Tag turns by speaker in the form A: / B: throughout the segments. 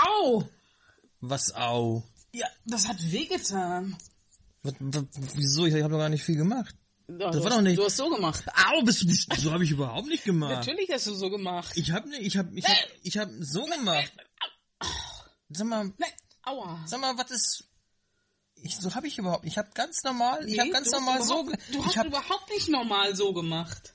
A: Au!
B: Was au?
A: Ja, das hat wehgetan.
B: Was, was, wieso? Ich habe doch gar nicht viel gemacht.
A: Das
B: war doch nicht- Ah.
A: Du hast so gemacht.
B: Au, bist du nicht, so habe ich überhaupt nicht gemacht.
A: Natürlich hast du so gemacht.
B: Ich habe ich habe ich habe ich habe so gemacht. Sag mal,
A: Nein, aua.
B: sag mal, was ist ich, so habe ich überhaupt. Ich habe ganz normal, ich habe
A: Nee,
B: ganz
A: du hast
B: normal so ge-
A: überhaupt- Du hast
B: ich habe
A: überhaupt nicht normal so gemacht.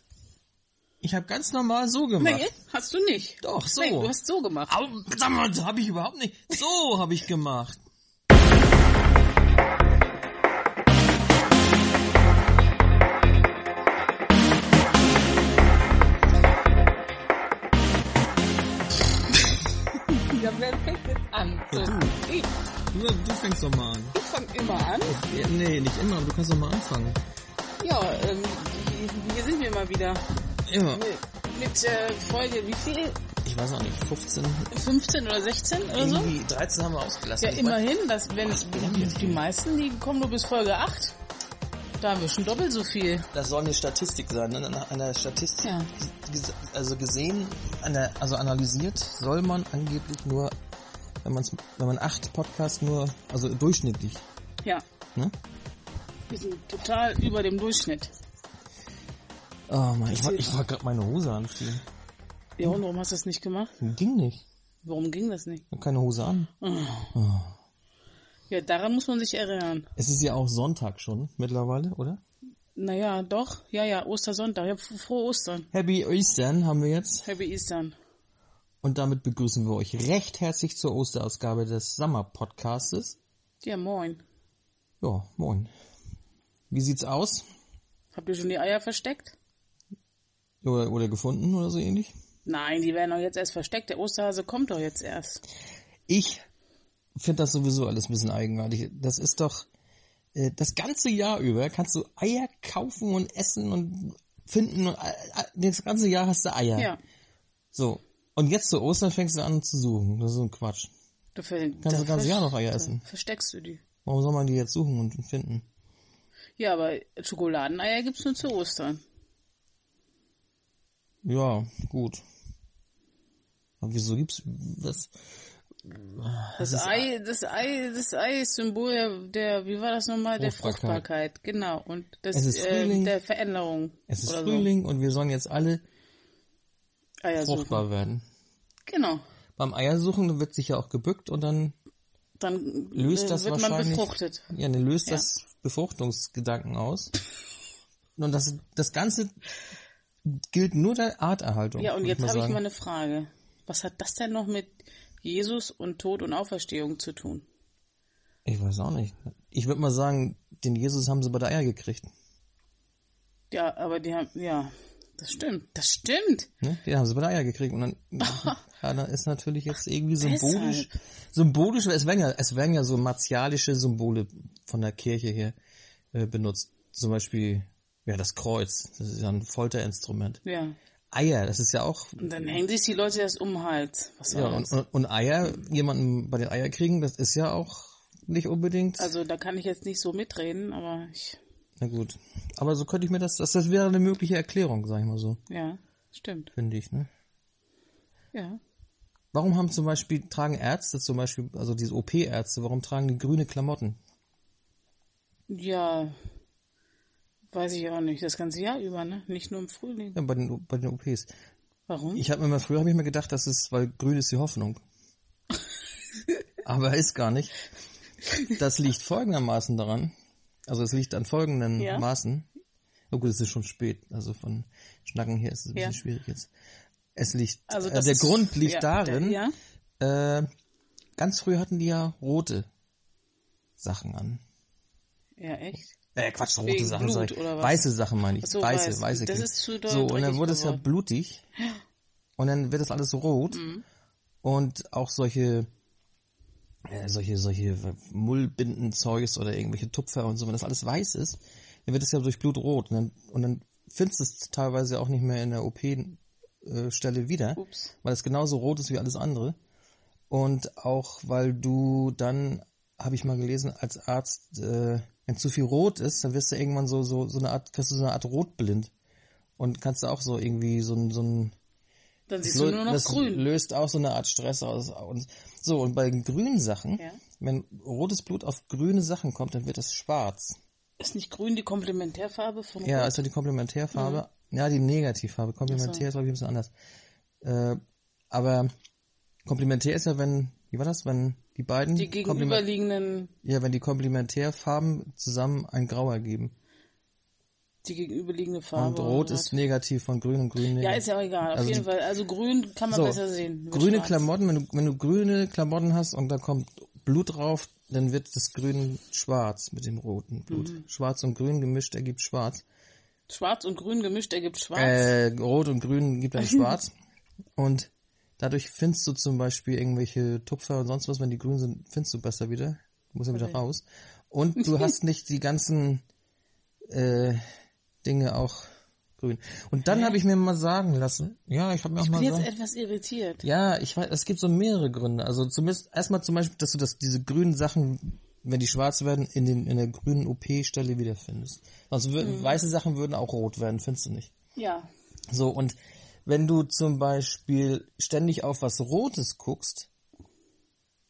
B: ich habe ganz normal so gemacht.
A: Nee, hast du nicht.
B: Doch, so.
A: Nee, du hast so gemacht.
B: Au, sag mal, so habe ich überhaupt nicht. So habe ich gemacht.
A: Ja, wer fängt jetzt an? So,
B: Ja, du.
A: ich
B: Du, du fängst doch mal an.
A: ich fang immer an.
B: Ja, nee, nicht immer, aber du kannst doch mal anfangen.
A: Ja, ähm, hier sind wir mal wieder.
B: Ja,
A: Mit, mit äh, Folge wie viel?
B: ich weiß auch nicht, 15,
A: 15 oder 16 oder so?
B: irgendwie 13 haben wir ausgelassen.
A: Ja,
B: Ich
A: immerhin, dass, wenn die meisten, die kommen nur bis Folge 8. Da haben wir schon doppelt so viel.
B: Das soll eine Statistik sein. ne? An einer- an der Statistik,
A: Ja.
B: ges- also gesehen, an der, also analysiert, soll man angeblich nur, wenn, man's, wenn man acht Podcasts nur, also durchschnittlich,
A: Ja,
B: ne?
A: wir sind total über dem Durchschnitt.
B: Oh mein, ich, wollt- ich wollte gerade meine Hose anziehen.
A: Ja, und warum hast du das nicht gemacht?
B: Ging nicht.
A: Warum ging das nicht?
B: Ich hab keine Hose an.
A: Ja, daran muss man sich erinnern.
B: Es ist ja auch Sonntag schon mittlerweile, oder?
A: Naja, doch. Ja, ja, Ostersonntag. Ja, f- frohe Ostern.
B: Happy Eastern haben wir jetzt.
A: Happy Eastern.
B: Und damit begrüßen wir euch recht herzlich zur Osterausgabe des Sommer-Podcastes.
A: Ja, moin.
B: Ja, moin. Wie sieht's aus?
A: Habt ihr schon die Eier versteckt?
B: Oder, oder gefunden oder so ähnlich?
A: Nein, die werden doch jetzt erst versteckt. Der Osterhase kommt doch jetzt erst.
B: Ich finde das sowieso alles ein bisschen eigenartig. Das ist doch äh, das ganze Jahr über kannst du Eier kaufen und essen und finden. Und, äh, äh, das ganze Jahr hast du Eier.
A: Ja.
B: So. Und jetzt zu Ostern fängst du an zu suchen. Das ist so ein Quatsch.
A: Du ver-
B: Kannst du das ganze
A: versch-
B: Jahr noch Eier essen.
A: da Versteckst du die?
B: Warum soll man die jetzt suchen und finden?
A: Ja, aber Schokoladeneier gibt's nur zu Ostern.
B: Ja, gut. Aber wieso gibt's das?
A: Das, Ei, das Ei, das Ei ist Symbol der, der wie war das nochmal? Der
B: Fruchtbarkeit.
A: Fruchtbarkeit, genau. Und das
B: Es ist
A: äh,
B: Frühling.
A: der Veränderung.
B: Es ist
A: oder Ah,
B: Frühling und wir sollen jetzt alle
A: So. Eier suchen.
B: fruchtbar werden.
A: Genau.
B: Beim Eiersuchen wird sich ja auch gebückt und dann
A: Dann
B: löst
A: äh,
B: das
A: wird man
B: wahrscheinlich.
A: befruchtet.
B: Ja, ne, löst das Befruchtungsgedanken aus. Und das, das Ganze gilt nur der Arterhaltung.
A: Ja, und
B: würd
A: jetzt habe ich
B: sagen.
A: mal eine Frage. Was hat das denn noch mit Jesus und Tod und Auferstehung zu tun?
B: Ich weiß auch nicht. Ich würde mal sagen, den Jesus haben sie bei der Eier gekriegt.
A: Ja, aber die haben, ja, das stimmt. Das stimmt.
B: Ne? Den haben sie bei der Eier gekriegt. Und dann, ja, da ist natürlich jetzt irgendwie symbolisch. Symbolisch, es werden ja, es werden ja so martialische Symbole von der Kirche her äh, benutzt. Zum Beispiel, ja, das Kreuz. Das ist ja ein Folterinstrument.
A: Ja.
B: Eier, das ist ja auch
A: Und dann hängen sich die Leute das um den Hals. Was soll
B: Ja, und,
A: das?
B: und, und Eier, jemanden bei den Eier kriegen, das ist ja auch nicht unbedingt.
A: Also da kann ich jetzt nicht so mitreden, aber ich,
B: Na gut. Aber so könnte ich mir das, das, das wäre eine mögliche Erklärung, sag ich mal so,
A: ja, stimmt.
B: finde ich, ne?
A: Ja.
B: Warum haben zum Beispiel, tragen Ärzte zum Beispiel, also diese OP-Ärzte, warum tragen die grüne Klamotten?
A: Ja, weiß ich auch nicht. Das ganze Jahr über, ne? Nicht nur im Frühling.
B: Ja, bei den, bei den OPs.
A: Warum?
B: Ich habe mir mal, früher habe ich mir gedacht, das ist, weil grün ist die Hoffnung. Aber ist gar nicht. Das liegt folgendermaßen daran. Also es liegt an folgenden
A: Ja.
B: Maßen. Oh gut, es ist schon spät. Also von Schnacken her ist es ein
A: Ja.
B: bisschen schwierig jetzt. Es liegt,
A: Also
B: äh,
A: das
B: der
A: ist-
B: Grund liegt
A: ja,
B: darin,
A: ja.
B: äh, ganz früh hatten die ja rote Sachen an.
A: Ja, echt?
B: Äh, Quatsch, rote
A: Wegen
B: Sachen,
A: Blut
B: sag ich.
A: oder was?
B: Weiße Sachen meine ich.
A: Ach so,
B: weiße,
A: weiß.
B: weiße
A: Das
B: Kinder.
A: ist zu doll
B: So, und dann
A: dreckig
B: wurde es ja
A: geworden.
B: blutig. Und dann wird das alles rot.
A: Mhm.
B: Und auch solche, äh, solche, solche Mullbindenzeugs oder irgendwelche Tupfer und so, wenn das alles weiß ist, dann wird es ja durch Blut rot. Und dann, und dann findest du es teilweise auch nicht mehr in der OP-Stelle wieder,
A: Ups.
B: weil es genauso rot ist wie alles andere. Und auch, weil du dann, habe ich mal gelesen, als Arzt, äh, wenn zu viel rot ist, dann wirst du irgendwann so, so, so eine Art, kriegst du so eine Art rotblind. Und kannst du auch so irgendwie so ein, so ein,
A: Dann
B: Das
A: siehst du
B: lö-
A: nur noch
B: das
A: grün.
B: löst auch so eine Art Stress aus. Und so, und bei den grünen Sachen,
A: Ja.
B: wenn rotes Blut auf grüne Sachen kommt, dann wird das schwarz.
A: Ist nicht grün die Komplementärfarbe von
B: Ja,
A: Rot?
B: also die Komplementärfarbe,
A: Mhm.
B: ja, die Negativfarbe. Komplementär ist, glaube ich, ein bisschen anders. Äh, aber Komplementär ist ja, wenn, wie war das, wenn die beiden,
A: Die
B: Kompliment-
A: gegenüberliegenden,
B: ja, wenn die Komplementärfarben zusammen ein Grau ergeben.
A: die gegenüberliegende Farbe.
B: Und Rot
A: oder
B: ist
A: was?
B: negativ von Grün und Grün negativ.
A: Oh, Ja, ist ja auch egal. Auf
B: Also
A: jeden
B: die-
A: Fall. Also grün kann man
B: So,
A: besser sehen. Wird
B: Grüne
A: schwarz.
B: Klamotten, wenn du, wenn du grüne Klamotten hast und da kommt Blut drauf, dann wird das Grün schwarz mit dem roten Blut.
A: Mhm.
B: Schwarz und Grün gemischt ergibt Schwarz.
A: Schwarz und grün gemischt ergibt schwarz.
B: Äh, Rot und Grün gibt dann Schwarz. und dadurch findest du zum Beispiel irgendwelche Tupfer und sonst was, wenn die grün sind, findest du besser wieder. Du musst ja wieder raus. Und du hast nicht die ganzen äh, Dinge auch grün. Und dann habe ich mir mal sagen lassen, ja, ich habe mir auch
A: ich
B: mal
A: bin
B: sagen,
A: jetzt etwas irritiert.
B: ja, ich weiß, es gibt so mehrere Gründe. Also zumindest erstmal zum Beispiel, dass du das, diese grünen Sachen, wenn die schwarz werden, in, den, in der grünen OP-Stelle wiederfindest. Sonst
A: Mhm.
B: würden, weiße Sachen würden auch rot werden, findest du nicht.
A: Ja.
B: So, und wenn du zum Beispiel ständig auf was Rotes guckst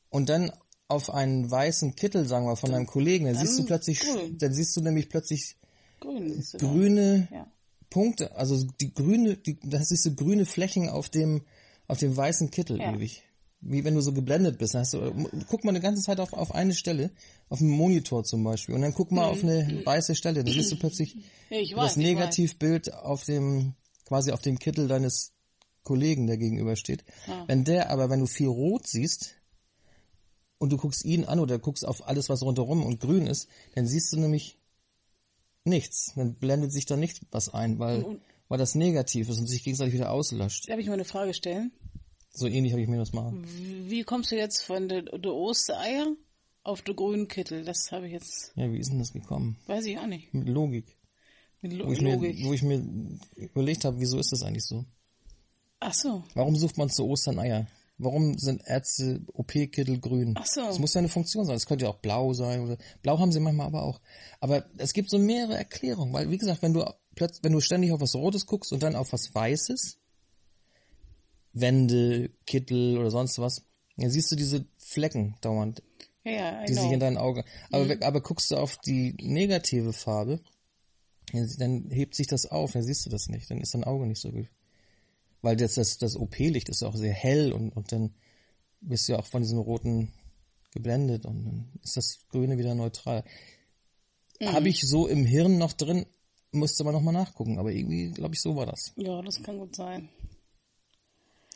B: und dann auf einen weißen Kittel, sagen wir, von deinem Kollegen, dann, siehst du plötzlich,
A: grün.
B: dann siehst du nämlich plötzlich
A: Grün siehst du da.
B: grüne
A: Ja.
B: Punkte, also die grüne, die, da siehst du grüne Flächen auf dem, auf dem weißen Kittel
A: Ja.
B: ewig. Wie wenn du so geblendet bist. Dann Hast du, guck mal eine ganze Zeit auf, auf eine Stelle, auf einen Monitor zum Beispiel, und dann guck
A: Mhm.
B: mal auf eine weiße Stelle. Dann siehst du plötzlich
A: Nee, ich weiß,
B: das
A: ich
B: Negativbild auf dem, quasi auf dem Kittel deines Kollegen, der gegenübersteht. Wenn der aber, wenn du viel rot siehst, und du guckst ihn an oder guckst auf alles, was rundherum und grün ist, dann siehst du nämlich nichts. Dann blendet sich da nicht was ein, weil, weil das negativ ist und sich gegenseitig wieder auslöscht.
A: Darf ich mal eine Frage stellen?
B: So ähnlich habe ich mir das machen.
A: Wie kommst du jetzt von der, der Ostereier auf den grünen Kittel? Das habe ich jetzt,
B: Ja, wie ist denn das gekommen?
A: weiß ich auch nicht.
B: Mit Logik.
A: Mit Lo
B: Wo ich,
A: Logik.
B: Mir, wo ich mir überlegt habe, wieso ist das eigentlich so?
A: Ach so.
B: Warum sucht man zu Ostern Eier? Warum sind Ärzte OP-Kittel grün?
A: Ach so.
B: Das muss ja eine Funktion sein. Das könnte ja auch blau sein oder blau haben sie manchmal aber auch. Aber es gibt so mehrere Erklärungen, weil wie gesagt, wenn du plötzlich, wenn du ständig auf was Rotes guckst und dann auf was Weißes, Wände, Kittel oder sonst was, dann siehst du diese Flecken dauernd,
A: Ja, ja, I
B: die sich
A: know.
B: in deinen Augen. Aber, we- aber guckst du auf die negative Farbe, dann dann hebt sich das auf, dann siehst du das nicht, dann ist dein Auge nicht so gut. Weil das, das, das OP-Licht ist ja auch sehr hell und, und dann bist du ja auch von diesem Roten geblendet und dann ist das Grüne wieder neutral. Habe ich so im Hirn noch drin, musste man nochmal nachgucken, aber irgendwie, glaube ich, so war das.
A: Ja, das kann gut sein.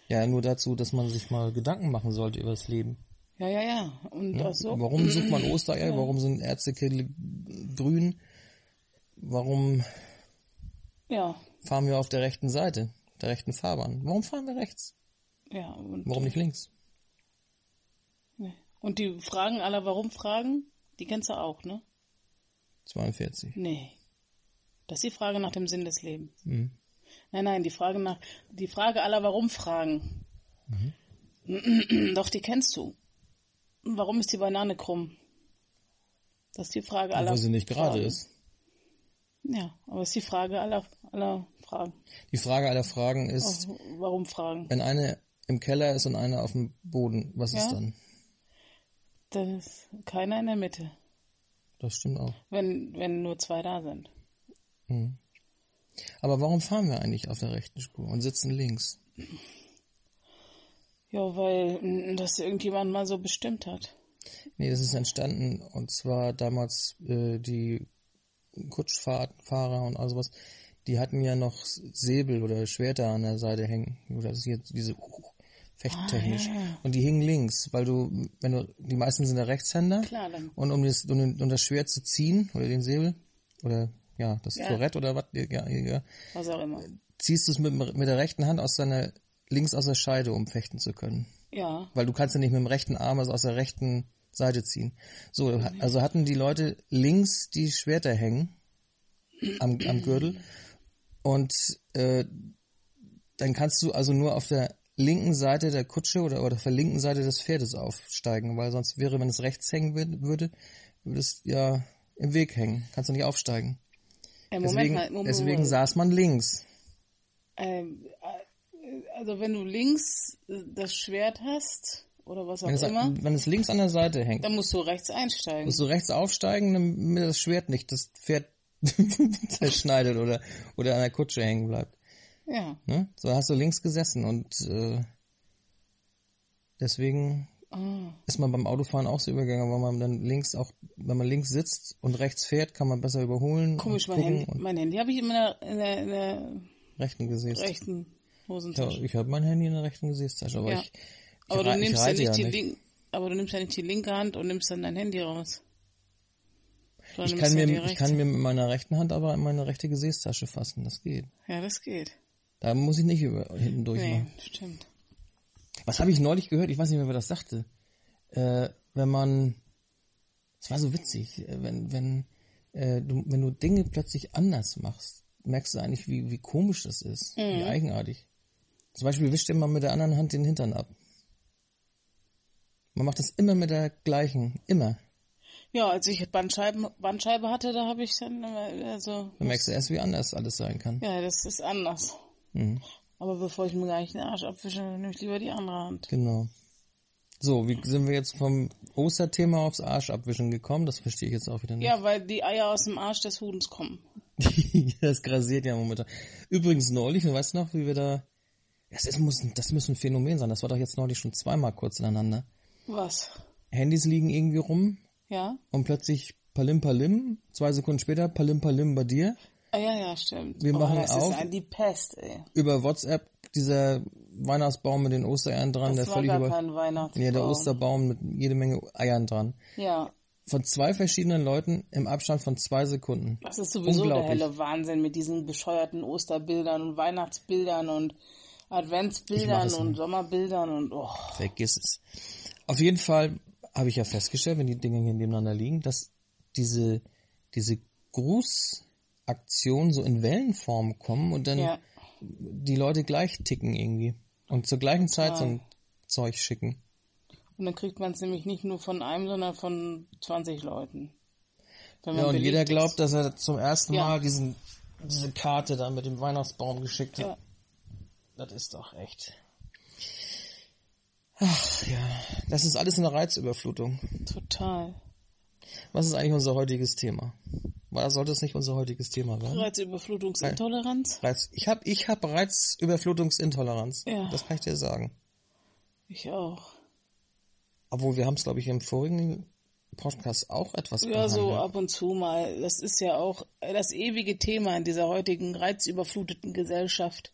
B: Ja, nur dazu, dass man sich mal Gedanken machen sollte über das Leben.
A: Ja, ja, ja. Und auch so.
B: Warum sucht man Ostereier? Warum sind Ärztekittel grün? Warum
A: Ja,
B: fahren wir auf der rechten Seite, der rechten Fahrbahn? Warum fahren wir rechts?
A: ja. Und,
B: Warum nicht links?
A: und die Fragen aller Warum-Fragen, die kennst du auch, ne?
B: 42.
A: Nee. Das ist die Frage nach dem Sinn des Lebens.
B: Mhm.
A: Nein, nein, die Frage nach, die Frage aller Warum-Fragen.
B: Mhm.
A: Doch, die kennst du. Warum ist die Banane krumm? Das ist die Frage aller.
B: Wo sie nicht gerade
A: Fragen.
B: ist.
A: Ja, aber es ist die Frage aller, aller Fragen.
B: Die Frage aller Fragen ist,
A: Auch Warum-Fragen.
B: wenn eine im Keller ist und eine auf dem Boden, was ist
A: Ja.
B: dann?
A: Das ist keiner in der Mitte.
B: Das stimmt auch.
A: Wenn, wenn nur zwei da sind.
B: Aber warum fahren wir eigentlich auf der rechten Spur und sitzen links?
A: Ja, weil mm, das irgendjemand mal so bestimmt hat.
B: Nee, das ist entstanden und zwar damals äh, die Kutschfahrer und all sowas, die hatten ja noch Säbel oder Schwerter an der Seite hängen. Oder das ist jetzt diese uh, fechttechnisch.
A: Ah, ja, ja.
B: Und die hingen links, weil du, wenn du, die meisten sind ja Rechtshänder.
A: Klar, dann.
B: Und um das, um, den- um das Schwert zu ziehen, oder den Säbel, oder ja, das
A: Ja.
B: Florett oder was, ja, ja,
A: Was auch immer.
B: ziehst du es mit, dem- mit der rechten Hand aus deiner, links aus der Scheide, um fechten zu können
A: Ja.
B: weil du kannst ja nicht mit dem rechten Arm also aus der rechten Seite ziehen. So, ha- also hatten die Leute links die Schwerter hängen am, am Gürtel und äh, dann kannst du also nur auf der linken Seite der Kutsche oder, oder auf der linken Seite des Pferdes aufsteigen, weil sonst wäre, wenn es rechts hängen wür- würde, würde es ja im Weg hängen, kannst du nicht aufsteigen.
A: Äh,
B: Deswegen, deswegen saß man links.
A: Ähm, äh, also wenn du links äh, das Schwert hast oder was auch
B: Wenn es,
A: immer,
B: wenn es links an der Seite hängt,
A: dann musst du rechts einsteigen.
B: musst du rechts aufsteigen, damit das Schwert nicht das Pferd zerschneidet oder, oder an der Kutsche hängen bleibt.
A: ja.
B: Ne? So hast du links gesessen und äh, deswegen
A: Oh.
B: ist man beim Autofahren auch so übergegangen, weil man dann links auch, wenn man links sitzt und rechts fährt, kann man besser überholen.
A: Komisch,
B: und
A: mein
B: gucken
A: Handy, mein Handy habe ich in meiner, in der, in der
B: und rechten Gesäß.
A: rechten
B: Ja,
A: Hosentasche.
B: ich habe mein Handy in der rechten Gesäßtasche, aber
A: Ja.
B: ich, ich
A: aber du
B: rei- ich
A: nimmst ja
B: reite
A: nicht die
B: nicht.
A: linke, aber du nimmst ja nicht die linke Hand und nimmst dann dein Handy raus. Sondern
B: Ich
A: nimmst
B: kann,
A: ja die
B: mir, ich
A: rechte.
B: kann mir mit meiner rechten Hand aber in meine rechte Gesäßtasche fassen, das geht.
A: ja, das geht.
B: Da muss ich nicht über, hinten durch
A: Nee,
B: machen.
A: stimmt.
B: Was habe ich neulich gehört? Ich weiß nicht mehr, wer das sagte. Äh, wenn man, es war so witzig, äh, wenn wenn äh, du wenn du Dinge plötzlich anders machst, merkst du eigentlich, wie wie komisch das ist, wie eigenartig. Zum Beispiel wischt immer mit der anderen Hand den Hintern ab. Man macht das immer mit der gleichen, immer.
A: Ja, als ich Bandscheiben, Bandscheibe hatte, da habe ich dann, äh, also,
B: Dann merkst du erst, wie anders alles sein kann.
A: ja, das ist anders.
B: Mhm.
A: Aber bevor ich mir gleich den Arsch abwische, nehme ich lieber die andere Hand.
B: Genau. So, wie sind wir jetzt vom Osterthema aufs Arschabwischen gekommen? Das verstehe ich jetzt auch wieder nicht.
A: Ja, weil die Eier aus dem Arsch des Hudens kommen.
B: das grasiert ja momentan. Übrigens neulich, und weißt du noch, wie wir da. Das, ist, muss, ein- das muss ein Phänomen sein. Das war doch jetzt neulich schon zweimal kurz ineinander.
A: Was?
B: Handys liegen irgendwie rum
A: Ja?
B: und plötzlich Palim Palim. Zwei Sekunden später Palim Palim bei dir.
A: Ah, ja, ja, stimmt. Oh,
B: Wir machen
A: das
B: auf.
A: Ist ein, die Pest, ey.
B: Über WhatsApp dieser Weihnachtsbaum mit den Ostereiern dran, der
A: Das war
B: völlig
A: gar
B: über.
A: kein Weihnachtsbaum.
B: Ja, der Osterbaum mit jede Menge Eiern dran.
A: Ja,
B: Von zwei verschiedenen Leuten im Abstand von zwei Sekunden.
A: das ist sowieso der
B: Unglaublich.
A: helle Wahnsinn mit diesen bescheuerten Osterbildern und Weihnachtsbildern und
B: Ich mach das
A: Adventsbildern und
B: nicht.
A: Sommerbildern und oh.
B: Vergiss es. Auf jeden Fall habe ich ja festgestellt, wenn die Dinge hier nebeneinander liegen, dass diese, diese Grußaktionen so in Wellenform kommen und dann
A: Ja,
B: die Leute gleich ticken irgendwie. Und zur gleichen Zeit so ein Zeug schicken.
A: und dann kriegt man es nämlich nicht nur von einem, sondern von 20 Leuten. Wenn
B: Ja, und
A: beliebt
B: jeder
A: ist.
B: glaubt, dass er zum ersten
A: Ja.
B: Mal diesen, diese Karte da mit dem Weihnachtsbaum geschickt hat.
A: Ja.
B: Das ist doch echt. Ach ja, das ist alles eine Reizüberflutung.
A: Total.
B: Was ist eigentlich unser heutiges Thema? War, sollte es nicht unser heutiges Thema werden?
A: Reizüberflutungsintoleranz?
B: Reiz, ich habe ich hab Reizüberflutungsintoleranz.
A: Ja.
B: Das kann ich dir sagen.
A: Ich auch.
B: Obwohl wir haben es, glaube ich, im vorigen Podcast auch etwas
A: Ja, so
B: behandelt.
A: ab und zu mal. Das ist ja auch das ewige Thema in dieser heutigen reizüberfluteten Gesellschaft.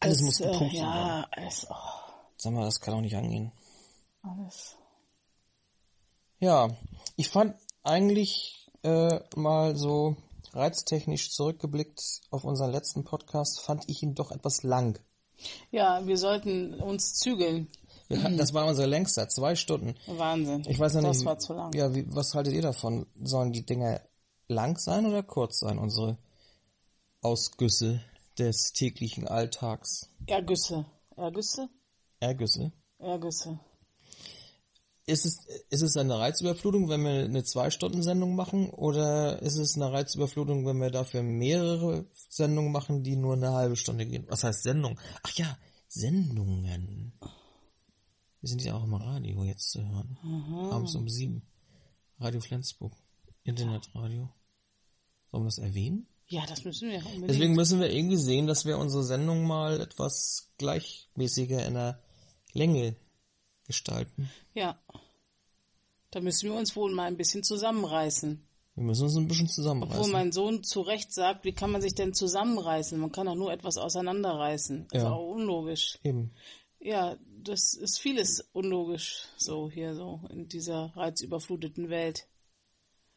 B: Alles
A: Das,
B: muss gepumpt werden.
A: äh, Ja, alles, oh,
B: Sag mal, das kann auch nicht angehen.
A: alles.
B: Ja, ich fand eigentlich äh, mal so reiztechnisch zurückgeblickt auf unseren letzten Podcast, fand ich ihn doch etwas lang.
A: Ja, wir sollten uns zügeln.
B: Wir
A: Mhm.
B: hatten, das war unser längster, zwei Stunden.
A: Wahnsinn.
B: Ich weiß ja nicht.
A: Das war zu lang.
B: Ja, wie, was haltet ihr davon? Sollen die Dinger lang sein oder kurz sein, unsere Ausgüsse des täglichen Alltags?
A: Ergüsse. Ergüsse?
B: Ergüsse?
A: Ergüsse.
B: Ist es, ist es eine Reizüberflutung, wenn wir eine Zwei-Stunden-Sendung machen? Oder ist es eine Reizüberflutung, wenn wir dafür mehrere Sendungen machen, die nur eine halbe Stunde gehen? Was heißt Sendung? Ach ja, Sendungen. Wir sind ja auch im Radio jetzt zu hören. Abends um sieben. Radio Flensburg. Internetradio. Sollen wir das erwähnen?
A: Ja, das müssen wir unbedingt.
B: Deswegen müssen wir irgendwie sehen, dass wir unsere Sendung mal etwas gleichmäßiger in der Länge gestalten.
A: ja. Da müssen wir uns wohl mal ein bisschen zusammenreißen.
B: Wir müssen uns ein bisschen
A: Obwohl
B: zusammenreißen.
A: mein Sohn zu Recht sagt, wie kann man sich denn zusammenreißen? Man kann doch nur etwas auseinanderreißen. Das ist
B: Ja.
A: auch unlogisch.
B: Eben.
A: Ja, das ist vieles unlogisch, so hier so in dieser reizüberfluteten Welt.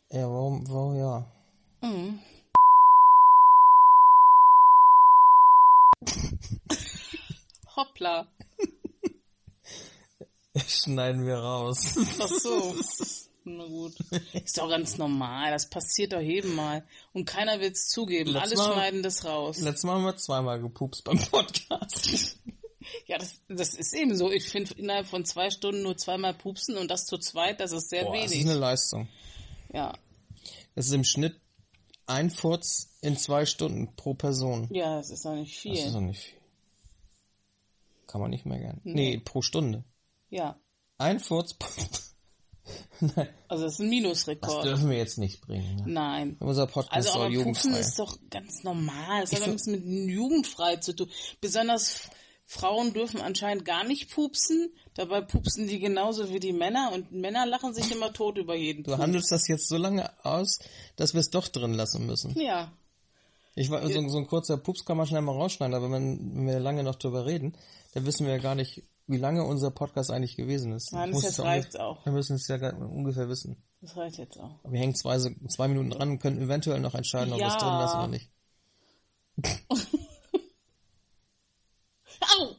B: Ja, warum, warum, ja.
A: Mhm. Hoppla.
B: Schneiden wir raus.
A: Ach so. Na gut. Ist doch ganz normal. Das passiert doch jedem mal. Und keiner will's zugeben.
B: Letztes
A: Alle
B: Mal-
A: schneiden das raus.
B: Letztes Mal haben wir zweimal gepupst beim Podcast.
A: Ja, das, das ist eben so. Ich finde innerhalb von zwei Stunden nur zweimal pupsen und das zu zweit, das ist sehr
B: Boah, das ist
A: wenig.
B: eine Leistung.
A: Ja.
B: Das ist im Schnitt ein Furz in zwei Stunden pro Person.
A: Ja, das ist doch nicht viel.
B: Das ist doch nicht viel. Kann man nicht mehr gern. Nee, pro Stunde.
A: Ja.
B: Ein Furz. Nein,
A: Also das ist ein
B: das
A: Minusrekord.
B: dürfen wir jetzt nicht bringen. Ne?
A: Nein.
B: Unser Podcast
A: Also
B: soll
A: aber Pupsen
B: jugendfrei.
A: ist doch ganz normal. Es
B: Ich
A: hat doch
B: find-
A: nichts mit jugendfrei zu tun. Besonders F- Frauen dürfen anscheinend gar nicht pupsen. Dabei pupsen die genauso wie die Männer und Männer lachen sich immer tot über jeden.
B: du handelst das jetzt so lange aus, dass wir es doch drin lassen müssen.
A: Ja.
B: Ich war, so, so ein kurzer Pups kann man schnell mal rausschneiden, aber wenn, wenn wir lange noch drüber reden, dann wissen wir ja gar nicht, wie lange unser Podcast eigentlich gewesen ist.
A: Nein,
B: Ich
A: das
B: muss
A: jetzt
B: es
A: reicht's
B: ungefähr-
A: auch.
B: Wir müssen es ja gar- ungefähr wissen.
A: Das reicht jetzt auch.
B: Wir hängen zwei, Se- zwei Minuten dran und können eventuell noch entscheiden, ob wir es
A: Ja.
B: drin lassen oder nicht.
A: Au!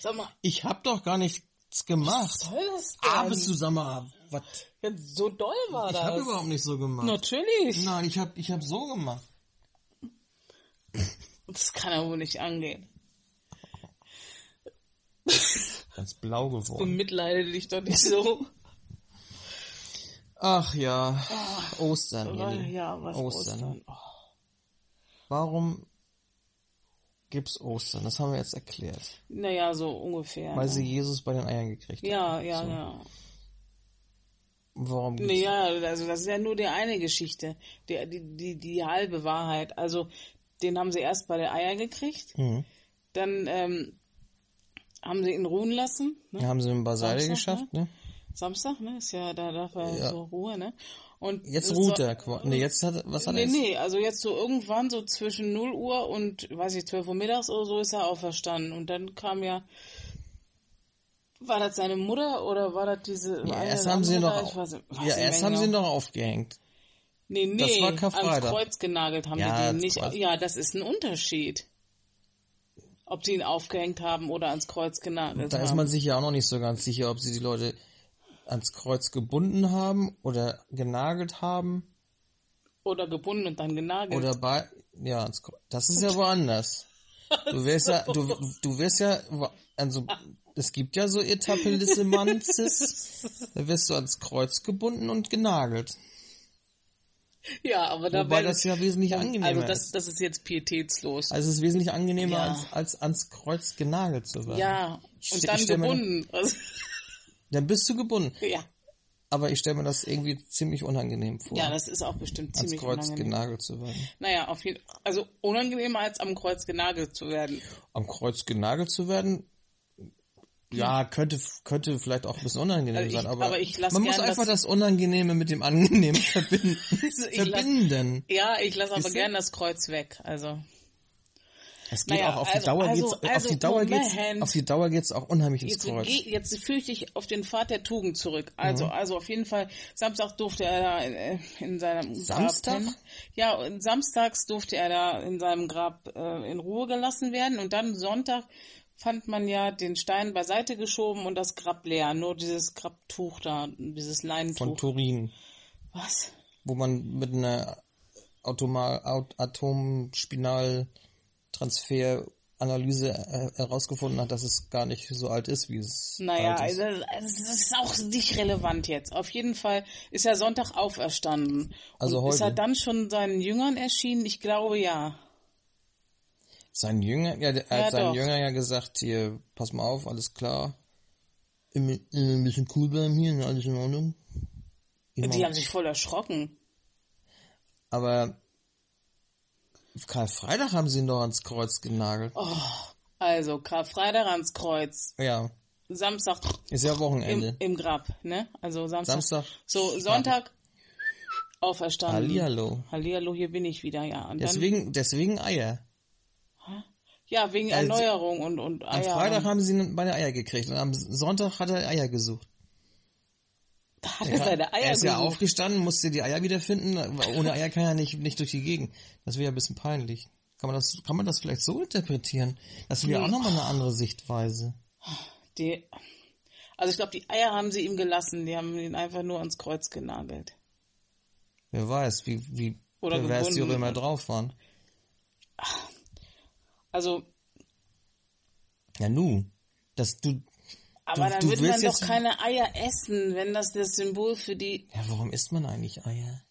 A: Sag mal,
B: Ich hab doch gar nichts gemacht.
A: soll das denn?
B: Aber zusammen, was?
A: Jetzt so doll war
B: Ah, Ich
A: das.
B: hab überhaupt nicht so gemacht.
A: Natürlich.
B: Nein, ich hab, ich hab so gemacht.
A: Das kann er wohl nicht angehen.
B: Ganz blau geworden.
A: Bemitleide dich doch nicht so.
B: Ach ja,
A: Ah.
B: Ostern. ihr Lieben.
A: ja, was Ostern.
B: Ostern. ne? Warum gibt's Ostern? Das haben wir jetzt erklärt.
A: Naja, so ungefähr.
B: Weil
A: ne?
B: sie Jesus bei den Eiern gekriegt hat.
A: ja, ja,
B: So.
A: ja.
B: Warum gibt's
A: Naja, also das ist ja nur die eine Geschichte, die, die, die, die halbe Wahrheit. Also den haben sie erst bei der Eier gekriegt,
B: Mhm.
A: dann ähm, haben sie ihn ruhen lassen. Ne?
B: Haben sie ihn beiseite
A: Samstag,
B: geschafft, ne?
A: Samstag, ne? Ist ja, da darf er
B: Ja.
A: so Ruhe, ne? Und
B: Jetzt
A: es
B: ruht
A: soll-
B: er. qua- Ne, jetzt hat er, was hat
A: Nee,
B: er jetzt?
A: nee, also jetzt so irgendwann so zwischen 0 Uhr und, weiß ich, 12 Uhr mittags oder so ist er auferstanden. Und dann kam ja, war das seine Mutter oder war das diese... war
B: Ja,
A: eine
B: erst
A: oder
B: haben sie ihn
A: andere da?
B: doch,
A: Ich weiß, nicht- weiß
B: ja,
A: nicht
B: erst haben
A: mehr genau.
B: sie ihn doch aufgehängt.
A: Nee, nee,
B: Das war
A: ans
B: Karfreitag.
A: Kreuz genagelt haben
B: Ja,
A: die den
B: ans
A: nicht.
B: Kreuz.
A: Ja, das ist ein Unterschied. Ob die ihn aufgehängt haben oder ans Kreuz genagelt
B: Da
A: haben.
B: ist man sich ja auch noch nicht so ganz sicher, ob sie die Leute ans Kreuz gebunden haben oder genagelt haben
A: oder gebunden und dann genagelt.
B: oder bei, ja, ans Kreuz. Das ist ja woanders. Du wirst ja, du, du wirst ja, wo- also, es gibt ja so Etablissementsis, da wirst du ans Kreuz gebunden und genagelt.
A: ja, aber da
B: Wobei
A: werden-
B: das ja wesentlich angenehmer
A: Also das,
B: ist.
A: das ist jetzt pietätslos.
B: Also es ist wesentlich angenehmer,
A: Ja.
B: als, als ans Kreuz genagelt zu werden.
A: ja,
B: Also, Ich-
A: und
B: ich
A: dann
B: stell mir-
A: gebunden. Also,
B: Dann bist du gebunden.
A: ja.
B: Aber ich stelle mir das irgendwie ziemlich unangenehm vor,
A: ja, das ist auch bestimmt
B: ans
A: ziemlich
B: Kreuz
A: unangenehm.
B: genagelt zu werden.
A: Naja, auf jeden Also unangenehmer als am Kreuz genagelt zu werden.
B: Am Kreuz genagelt zu werden, ja, könnte, könnte vielleicht auch ein bisschen unangenehm
A: Also ich-
B: sein, aber,
A: aber ich lass
B: man muss
A: gern
B: einfach
A: das-
B: das Unangenehme mit dem Angenehmen verbinden.
A: Also, ich lass-
B: verbinden.
A: Ja, ich lasse aber
B: Siehst du?
A: gern das Kreuz weg. Also
B: Es geht
A: Naja,
B: auch auf die
A: also-
B: Dauer
A: also-
B: geht's, auf
A: also,
B: die Dauer geht's,
A: Moment.
B: auf die Dauer geht's auch unheimlich ins
A: jetzt,
B: Kreuz. Mhm.
A: geh, jetzt führe ich dich auf den Pfad der Tugend zurück. Also, also auf jeden Fall, Samstag durfte er da in, äh, in seinem
B: Samstag?
A: Grab. pennen. Ja, und samstags durfte er da in seinem Grab äh, in Ruhe gelassen werden. Und dann Sonntag fand man ja den Stein beiseite geschoben und das Grab leer. Nur dieses Grabtuch da, dieses
B: Von
A: Leinentuch.
B: Turin,
A: Was?
B: wo man mit einer Automa- Aut- Atomspinaltransferanalyse äh, herausgefunden hat, dass es gar nicht so alt ist, wie es
A: Naja,
B: alt ist.
A: also, also das ist auch nicht relevant jetzt. Auf jeden Fall ist er Sonntag auferstanden.
B: Also
A: und Ist
B: heute.
A: er dann schon seinen Jüngern erschienen? Ich glaube ja.
B: Sein Jünger, ja, der, er
A: Ja,
B: hat seinen
A: doch.
B: Jünger ja gesagt, hier, pass mal auf, alles klar. Immer, immer ein bisschen cool bleiben hier, ne, alles in Ordnung. Immer-
A: Die haben sich voll erschrocken.
B: Aber Karfreitag haben sie ihn doch ans Kreuz genagelt.
A: Oh. Also Karfreitag ans Kreuz,
B: Ja,
A: Samstag
B: ist ja Wochenende.
A: im, im Grab, ne? Also Samstag.
B: Samstag.
A: So Sonntag auferstanden.
B: Hallihallo.
A: Hallihallo, hier bin ich wieder, ja. Und dann,
B: Deswegen, deswegen Eier.
A: ja, wegen
B: Also,
A: Erneuerung und und
B: Am
A: Eier.
B: Freitag haben sie ihn bei der Eier gekriegt und am Sonntag hat er Eier gesucht.
A: da hat er seine Eier
B: er ist ja
A: gesucht.
B: aufgestanden, musste die Eier wiederfinden. weil Ohne Eier kann er nicht, nicht durch die Gegend. Das wäre ja ein bisschen peinlich. Kann man das, kann man das vielleicht so interpretieren? Das wäre
A: Hm.
B: auch nochmal eine andere Sichtweise.
A: Die, also ich glaube, die Eier haben sie ihm gelassen. Die haben ihn einfach nur ans Kreuz genagelt.
B: Wer weiß, wie, wie
A: Oder
B: pervers die
A: gebunden.
B: Römer drauf waren.
A: Also,
B: Ja, nu. Das, du,
A: aber
B: Du-
A: dann
B: du
A: würde man
B: willst
A: doch
B: jetzt-
A: keine Eier essen, wenn das das Symbol für die.
B: Ja, warum isst man eigentlich Eier?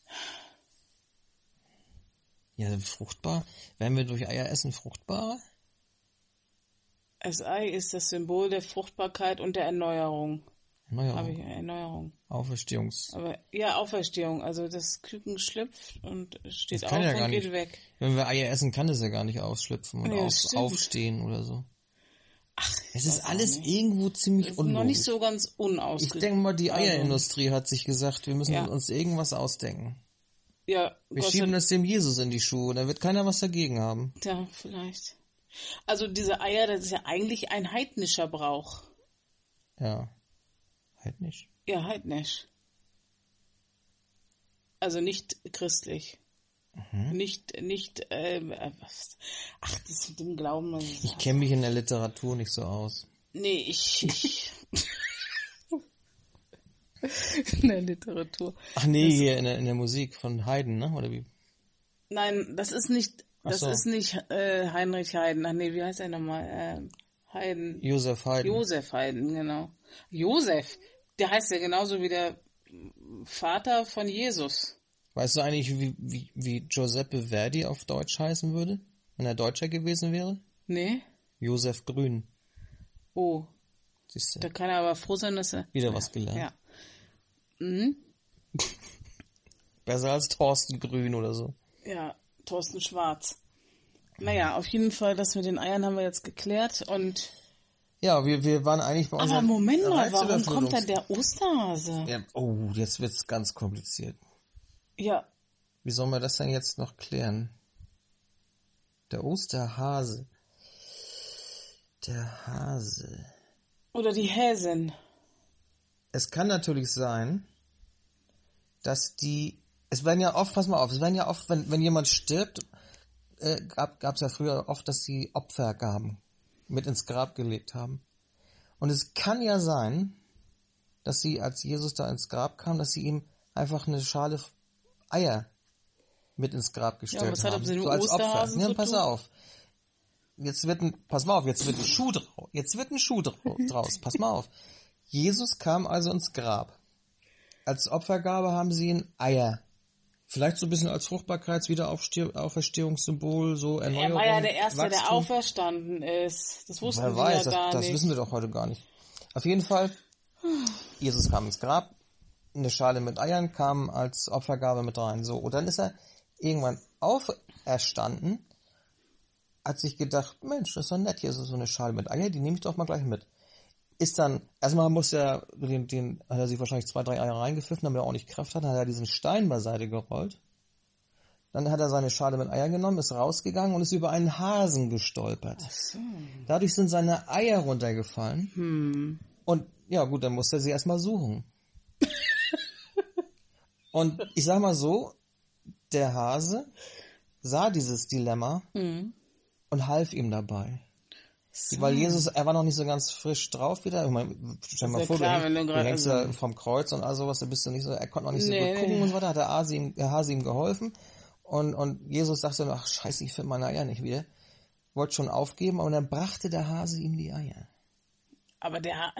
B: Ja, fruchtbar. Werden wir durch Eier essen fruchtbarer?
A: Das Ei ist das Symbol der Fruchtbarkeit und der Erneuerung. Habe ich
B: Erneuerung.
A: Erneuerung.
B: Auferstehungs.
A: Aber ja, Auferstehung. Also das Küken schlüpft und steht
B: Das
A: auf
B: kann ja gar
A: und
B: nicht.
A: geht weg.
B: Wenn wir Eier essen, kann das ja gar nicht ausschlüpfen oder
A: Ja,
B: auf,
A: stimmt.
B: aufstehen oder so. Ach, es ist alles
A: nicht.
B: irgendwo ziemlich
A: Ist
B: unlogisch.
A: noch nicht so ganz
B: ich
A: unausgeglichen.
B: denke mal, die Eierindustrie hat sich gesagt, wir müssen
A: Ja.
B: uns irgendwas ausdenken.
A: Ja,
B: Wir
A: Gott sei
B: schieben das dem Jesus in die Schuhe, da wird keiner was dagegen haben.
A: Ja, vielleicht. Also diese Eier, das ist ja eigentlich ein heidnischer Brauch.
B: Ja. Halt nicht.
A: Ja, heidnisch. Also nicht christlich.
B: Mhm.
A: Nicht, nicht, ähm, äh, was- ach, das mit dem Glauben. Das ist,
B: Ich kenne mich in der Literatur nicht so aus.
A: nee, ich, ich. In der Literatur.
B: Ach nee, hier in der, in der Musik von Haydn, ne? Oder wie?
A: Nein, das ist nicht,
B: Ach
A: das
B: so.
A: ist nicht äh, Heinrich Haydn. Ach nee, wie heißt er nochmal? Ähm, Haydn.
B: Josef Haydn.
A: Josef Haydn, genau. Josef, der heißt ja genauso wie der Vater von Jesus.
B: weißt du eigentlich, wie, wie, wie Giuseppe Verdi auf Deutsch heißen würde? Wenn er Deutscher gewesen wäre?
A: Nee?
B: Josef Grün.
A: Oh,
B: Siehst du?
A: da kann er aber froh sein, dass er.
B: Wieder was gelernt.
A: Ja. Mhm.
B: Besser als Thorsten Grün oder so.
A: Ja, Thorsten Schwarz.
B: Mhm.
A: Naja, auf jeden Fall, das mit den Eiern haben wir jetzt geklärt und.
B: Ja, wir, wir waren eigentlich bei unserer
A: Aber Moment mal, warum
B: Reizüberflutungs-
A: kommt dann der Osterhase?
B: Ja, oh, jetzt wird's ganz kompliziert.
A: Ja,
B: Wie sollen wir das denn jetzt noch klären? Der Osterhase. Der Hase.
A: oder die Häsin.
B: Es kann natürlich sein, dass die. Es werden ja oft, pass mal auf, es werden ja oft, wenn, wenn jemand stirbt, äh, gab es ja früher oft, dass die Opfergaben mit ins Grab gelegt haben. Und es kann ja sein, dass sie, als Jesus da ins Grab kam, dass sie ihm einfach eine Schale Eier mit ins Grab gestellt
A: was hat
B: haben.
A: das mit dem
B: so als Opfer.
A: Osterhasen
B: Ja,
A: zu
B: pass
A: tun?
B: auf. Jetzt wird ein, pass mal auf, jetzt wird ein Schuh draus. Jetzt wird ein Schuh drau- draus. Pass mal auf. Jesus kam also ins Grab. Als Opfergabe haben sie ihn Eier. Vielleicht so ein bisschen als Fruchtbarkeitswiederauferstehungssymbol, so
A: Er
B: Erneuerung.
A: war ja der Erste, der
B: Wachstum.
A: auferstanden ist. Das wussten
B: Wer
A: sie
B: weiß,
A: ja
B: das,
A: gar
B: das
A: nicht.
B: wissen wir doch heute gar nicht. Auf jeden Fall, Jesus kam ins Grab, eine Schale mit Eiern kam als Opfergabe mit rein. So, und dann ist er irgendwann auferstanden, hat sich gedacht, Mensch, das ist doch nett, hier ist so eine Schale mit Eier, die nehme ich doch mal gleich mit. Ist dann, erstmal muss er, den, den, hat er sich wahrscheinlich zwei, drei Eier reingepfiffen, damit er auch nicht Kraft hat, hat er diesen Stein beiseite gerollt. Dann hat er seine Schale mit Eier genommen, ist rausgegangen und ist über einen Hasen gestolpert. Dadurch sind seine Eier runtergefallen.
A: Hm.
B: Und ja, gut, dann musste er sie erstmal suchen. Und ich sag mal so, der Hase sah dieses Dilemma
A: Hm.
B: und half ihm dabei. Weil Jesus, er war noch nicht so ganz frisch drauf wieder. Ich meine, stell dir mal
A: ja
B: vor,
A: klar,
B: du,
A: wenn du
B: hängst, du
A: grad-
B: hängst ja vom halt Kreuz und all sowas, da bist du nicht so, er konnte noch nicht so
A: Nee,
B: gut gucken
A: nee.
B: und so weiter, hat der Hase ihm, der Hase ihm geholfen. Und, und Jesus dachte, ach scheiße, ich finde meine Eier nicht wieder. Wollte schon aufgeben, aber dann brachte der Hase ihm die Eier.
A: Aber der,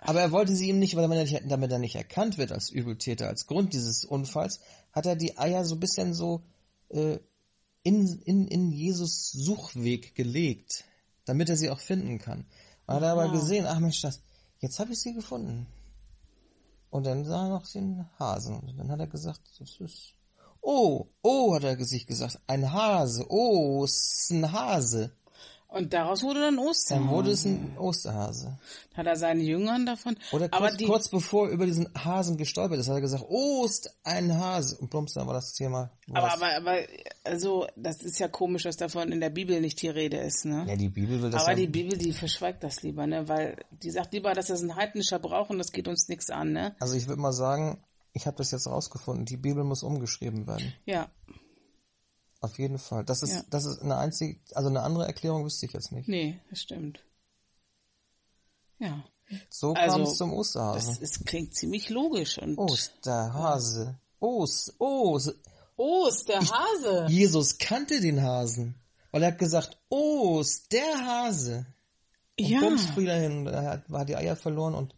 B: Aber er wollte sie ihm nicht, weil man nicht, damit er nicht erkannt wird als Übeltäter, als Grund dieses Unfalls, hat er die Eier so ein bisschen so äh, in, in, in Jesus Suchweg gelegt, damit er sie auch finden kann. Und hat er aber gesehen, ach Mensch, das, jetzt habe ich sie gefunden. Und dann sah er noch den Hasen. Und dann hat er gesagt, das ist. Oh, oh, hat er sich gesagt, ein Hase, oh, es ist ein Hase.
A: Und daraus wurde dann Ostern.
B: Dann wurde es ein Osterhase.
A: Hat er seinen Jüngern davon.
B: Oder kurz,
A: aber die,
B: kurz bevor er über diesen Hasen gestolpert ist, hat er gesagt, oh, ist ein Hase. Und plumps, dann war das Thema. war
A: aber,
B: das-
A: aber, aber, also, das ist ja komisch, dass davon in der Bibel nicht die Rede ist, ne?
B: ja, die Bibel will das
A: aber
B: ja,
A: die Bibel, die verschweigt das lieber, ne? Weil die sagt lieber, dass das ein heidnischer Brauch und das geht uns nichts an, ne?
B: Also ich würde mal sagen, ich habe das jetzt rausgefunden, die Bibel muss umgeschrieben werden.
A: Ja,
B: Auf jeden Fall. Das ist,
A: Ja.
B: das ist eine einzige, also eine andere Erklärung wüsste ich jetzt nicht.
A: nee, das stimmt. Ja.
B: So
A: Also,
B: kam es zum Osterhasen.
A: Das ist, klingt ziemlich logisch und.
B: Osterhase. Ost, Ost.
A: Ost, der Hase!
B: Jesus kannte den Hasen. Weil er hat gesagt, Ost, der Hase. Und
A: ja.
B: bums wieder hin. Da hat- war die Eier verloren und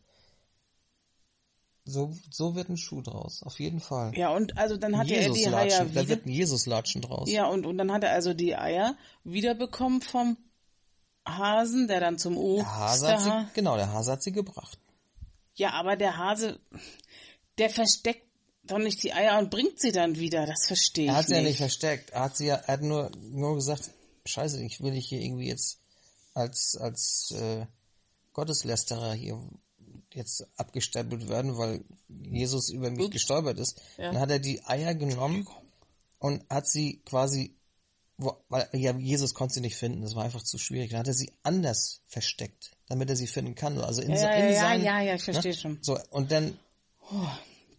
B: so, so wird ein Schuh draus. Auf jeden Fall.
A: Ja, und also dann hat er die Eier
B: Jesus-Latschen. Da
A: wieder.
B: wird ein Jesus-Latschen draus.
A: Ja, und, und dann hat er also die Eier wiederbekommen vom Hasen, der dann zum
B: Der Hase hat
A: Oster...
B: sie, genau, der Hase hat sie gebracht.
A: Ja, aber der Hase, der versteckt doch nicht die Eier und bringt sie dann wieder. Das verstehe ich
B: Er hat sie ja nicht
A: nicht.
B: versteckt. Er hat sie ja, er hat nur, nur gesagt, scheiße, ich will nicht hier irgendwie jetzt als, als äh, Gotteslästerer hier jetzt abgestempelt werden, weil Jesus über mich gestolpert ist.
A: Ja.
B: Dann hat er die Eier genommen und hat sie quasi, wo, weil ja, Jesus konnte sie nicht finden, das war einfach zu schwierig. Dann hat er sie anders versteckt, damit er sie finden kann. Also in,
A: Ja,
B: se-
A: ja,
B: in
A: ja,
B: sein,
A: ja, ja, ich verstehe schon.
B: So, und dann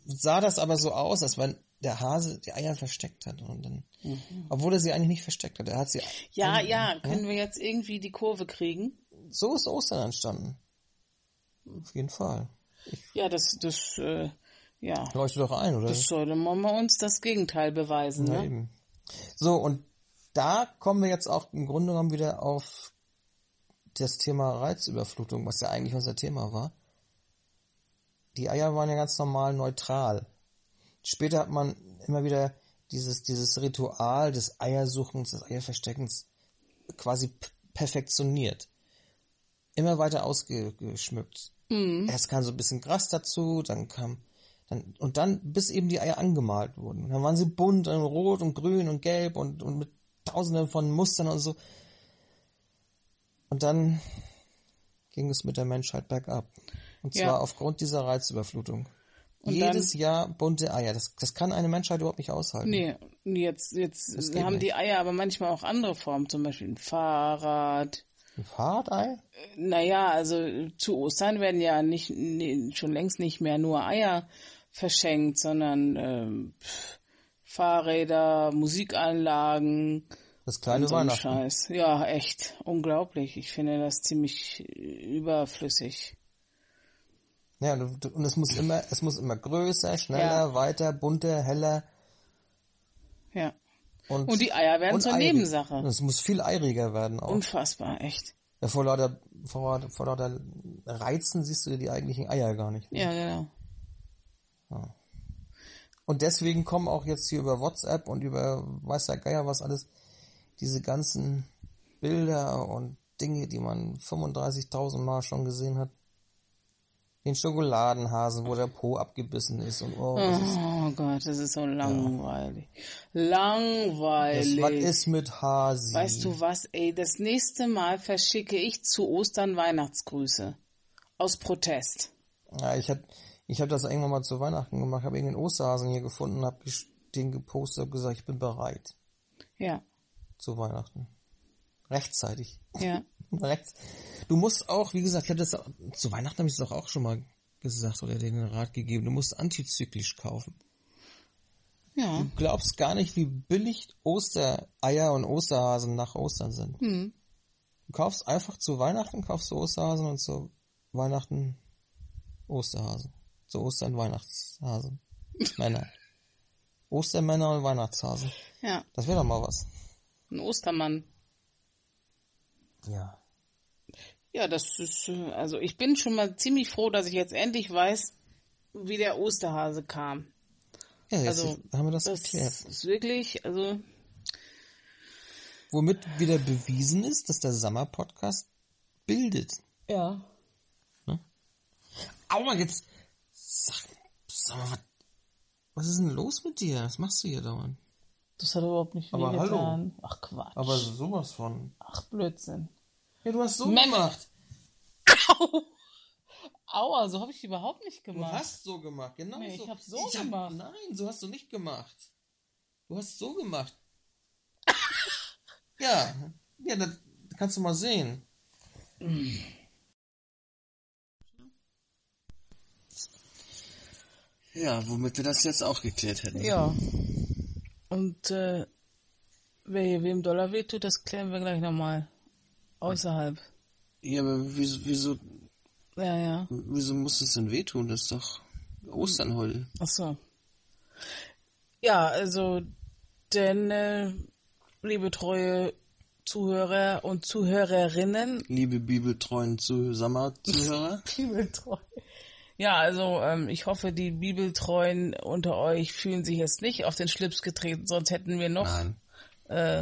B: sah das aber so aus, als wenn der Hase die Eier versteckt hat. Und dann,
A: Mhm.
B: Obwohl er sie eigentlich nicht versteckt hat. Er hat sie.
A: Ja, ja,
B: ne?
A: können wir jetzt irgendwie die Kurve kriegen?
B: So ist Ostern entstanden. Auf jeden Fall.
A: Ja, das, das, äh, ja,
B: Leuchtet doch ein, oder?
A: das sollte man mal uns das Gegenteil beweisen,
B: Ja,
A: ne?
B: eben. So, und da kommen wir jetzt auch im Grunde genommen wieder auf das Thema Reizüberflutung, was ja eigentlich unser Thema war. Die Eier waren ja ganz normal neutral. Später hat man immer wieder dieses, dieses Ritual des Eiersuchens, des Eierversteckens quasi p- perfektioniert. Immer weiter ausgeschmückt.
A: Mhm.
B: Erst kam so ein bisschen Gras dazu, dann kam, dann, und dann, bis eben die Eier angemalt wurden. Und dann waren sie bunt und rot und grün und gelb und, und mit tausenden von Mustern und so. Und dann ging es mit der Menschheit bergab. Und zwar
A: Ja.
B: aufgrund dieser Reizüberflutung.
A: Und
B: Jedes Jahr bunte Eier. Das, das kann eine Menschheit überhaupt nicht aushalten.
A: Nee, jetzt, jetzt
B: Das geht
A: haben
B: nicht.
A: die Eier aber manchmal auch andere Formen, zum Beispiel ein Fahrrad.
B: Ein Fahrradei?
A: Naja, also zu Ostern werden ja nicht, nee, schon längst nicht mehr nur Eier verschenkt, sondern ähm, pff, Fahrräder, Musikanlagen
B: Das kleine
A: und so ein
B: Weihnachten.
A: Scheiß. Ja, echt. Unglaublich. Ich finde das ziemlich äh, überflüssig.
B: Ja, du- du- und es muss immer, es muss immer größer, schneller, weiter, bunter, heller
A: Ja.
B: und
A: Und die Eier werden
B: und
A: zur
B: eirig.
A: Nebensache.
B: Und Es muss viel eiriger werden auch.
A: Unfassbar, echt.
B: ja, vor lauter, vor, lauter- vor lauter Reizen siehst du die eigentlichen Eier gar nicht.
A: Ja, genau.
B: Und deswegen kommen auch jetzt hier über WhatsApp und über weiß der Geier was alles, diese ganzen Bilder und Dinge, die man 35.000 Mal schon gesehen hat. Den Schokoladenhasen, wo der Po abgebissen ist und oh, was ist
A: Oh Gott, das ist so langweilig.
B: das?
A: Langweilig.
B: Was ist mit Hasi?
A: Weißt du was, ey, das nächste Mal verschicke ich zu Ostern Weihnachtsgrüße. Aus Protest.
B: Ja, ich hab, ich hab das irgendwann mal zu Weihnachten gemacht, habe irgendeinen Osterhasen hier gefunden, habe den gepostet, habe gesagt, ich bin bereit
A: Ja,
B: zu Weihnachten. Rechtzeitig.
A: ja.
B: Rechts. Du musst auch, wie gesagt, ich hab das zu Weihnachten habe ich es doch auch schon mal gesagt oder dir den Rat gegeben, du musst antizyklisch kaufen.
A: Ja,
B: Du glaubst gar nicht, wie billig Ostereier und Osterhasen nach Ostern sind.
A: Hm,
B: Du kaufst einfach zu Weihnachten, kaufst du Osterhasen und zu Weihnachten Osterhasen. Zu Ostern Weihnachtshasen. Männer. Ostermänner und Weihnachtshasen.
A: ja.
B: Das wäre doch mal was.
A: Ein Ostermann.
B: Ja.
A: Ja, das ist, äh, also ich bin schon mal ziemlich froh, dass ich jetzt endlich weiß, wie der Osterhase kam.
B: Ja, jetzt
A: Also,
B: haben wir das,
A: Das
B: geklärt.
A: ist wirklich, also,
B: Womit wieder bewiesen ist, dass der Sommer-Podcast bildet.
A: ja.
B: Aua, jetzt. Sag, sag mal, was, was ist denn los mit dir? Was machst du hier dauernd?
A: Das hat überhaupt nicht
B: Aber hallo.
A: wehgetan. Ach Quatsch.
B: sowas von.
A: Ach Blödsinn.
B: Ja, du hast so
A: Memme.
B: gemacht.
A: Aua, so habe ich überhaupt nicht
B: Du
A: gemacht.
B: hast so gemacht, genau
A: Nee, ich
B: so.
A: hab so gemacht.
B: nein, so hast du nicht gemacht. Du hast so gemacht. ja, ja, das kannst du mal sehen. Ja, womit wir das jetzt auch geklärt hätten.
A: Ja. Und äh, wer hier wem Dollar wehtut, das klären wir gleich nochmal. Außerhalb.
B: Ja, aber wieso, wieso,
A: Ja, ja.
B: wieso muss es denn wehtun? Das ist doch Ostern heute.
A: Ach so. Ja, also, denn, äh, liebe treue Zuhörer und Zuhörerinnen,
B: Liebe bibeltreuen Zuhörer,
A: Bibeltreu. Ja, also ähm, ich hoffe, die Bibeltreuen unter euch fühlen sich jetzt nicht auf den Schlips getreten, sonst hätten wir noch
B: Nein.
A: äh,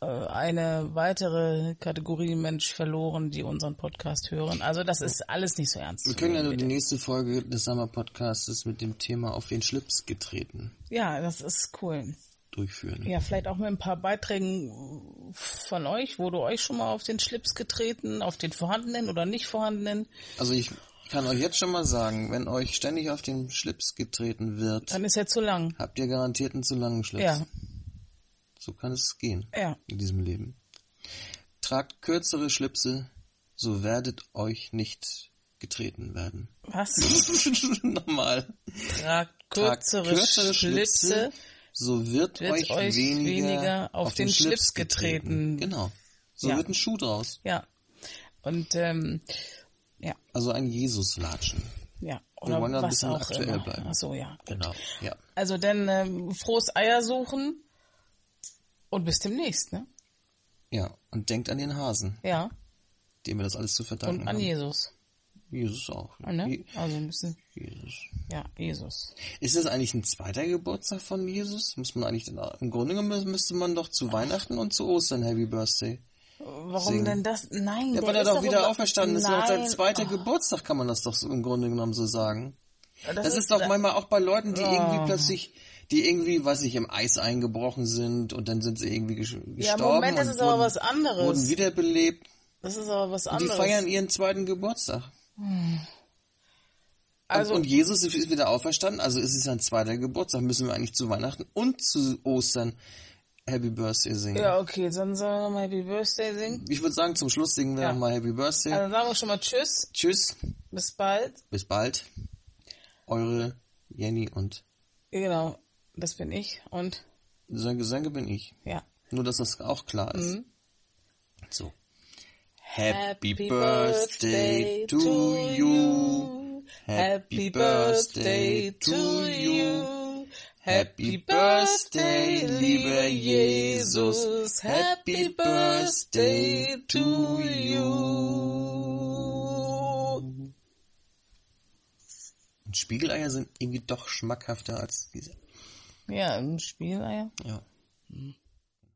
A: äh, eine weitere Kategorie Mensch verloren, die unseren Podcast hören. Also das ist alles nicht so ernst.
B: Wir
A: zu
B: können ja
A: nehmen,
B: nur die
A: bitte.
B: nächste Folge des Sommerpodcasts mit dem Thema auf den Schlips getreten
A: ja, das ist cool.
B: durchführen.
A: Ja, vielleicht auch mit ein paar Beiträgen von euch. Wurde euch schon mal auf den Schlips getreten, auf den vorhandenen oder nicht vorhandenen?
B: Also ich kann euch jetzt schon mal sagen, wenn euch ständig auf den Schlips getreten wird,
A: Dann ist ja zu lang.
B: habt ihr garantiert einen zu langen Schlips.
A: Ja,
B: So kann es gehen
A: ja.
B: in diesem Leben. Tragt kürzere Schlipse, so werdet euch nicht getreten werden.
A: Was?
B: Nochmal.
A: Tragt
B: Tragt
A: kürzere, Schlipse.
B: so wird,
A: wird
B: euch,
A: euch
B: weniger,
A: weniger auf den Schlips getreten.
B: Genau. So
A: Ja.
B: wird ein Schuh draus.
A: Ja. Und ähm, ja,
B: Also ein Jesus-Latschen.
A: ja.
B: Wir
A: Oder
B: wollen ja ein
A: was
B: bisschen
A: auch
B: aktuell
A: immer.
B: bleiben.
A: Ach so, ja.
B: Genau. Ja.
A: Also dann ähm, frohes Eier suchen und bis demnächst, ne?
B: Ja. Und denkt an den Hasen,
A: Ja.
B: dem wir das alles zu verdanken
A: Und an
B: haben.
A: Jesus.
B: Jesus auch.
A: Ne?
B: Je-
A: Also ein bisschen,
B: Jesus.
A: ja, Jesus.
B: Ist das eigentlich ein zweiter Geburtstag von Jesus? Muss man eigentlich, im Grunde genommen müsste man doch zu Weihnachten und zu Ostern Happy Birthday.
A: Warum
B: Singen.
A: denn das? Nein,
B: Ja,
A: der
B: weil er
A: ist
B: doch wieder
A: über-
B: auferstanden ist. Das ist doch
A: Nein. Oh,
B: sein zweiter Geburtstag, kann man das doch so im Grunde genommen so sagen.
A: Das, Oh.
B: Das ist doch manchmal auch bei Leuten, die irgendwie plötzlich, die irgendwie, weiß ich, im Eis eingebrochen sind und dann sind sie irgendwie gesch- gestorben.
A: Ja, Moment, das
B: und
A: ist aber
B: wurden-
A: was anderes.
B: Wurden wiederbelebt.
A: Das ist aber was
B: Und die
A: anderes.
B: feiern ihren zweiten Geburtstag.
A: also,
B: und, und Jesus ist wieder auferstanden, also ist es sein zweiter Geburtstag. Müssen wir eigentlich zu Weihnachten und zu Ostern Happy Birthday singen.
A: ja, okay, dann sollen wir mal Happy Birthday singen.
B: Ich würde sagen, zum Schluss singen wir
A: Ja.
B: nochmal Happy Birthday.
A: Also sagen wir schon mal Tschüss,
B: Tschüss,
A: bis bald.
B: bis bald. Eure Jenny und
A: Ja, Genau, das bin ich und
B: sein Gesang bin ich.
A: ja.
B: Nur, dass das auch klar ist.
A: Mhm.
B: So. Happy, Birthday to you. Happy Birthday to you. Happy Birthday, lieber Jesus. Happy Birthday to you. Und Spiegeleier sind irgendwie doch schmackhafter als diese.
A: Ja, ein Spiegeleier.
B: Ja.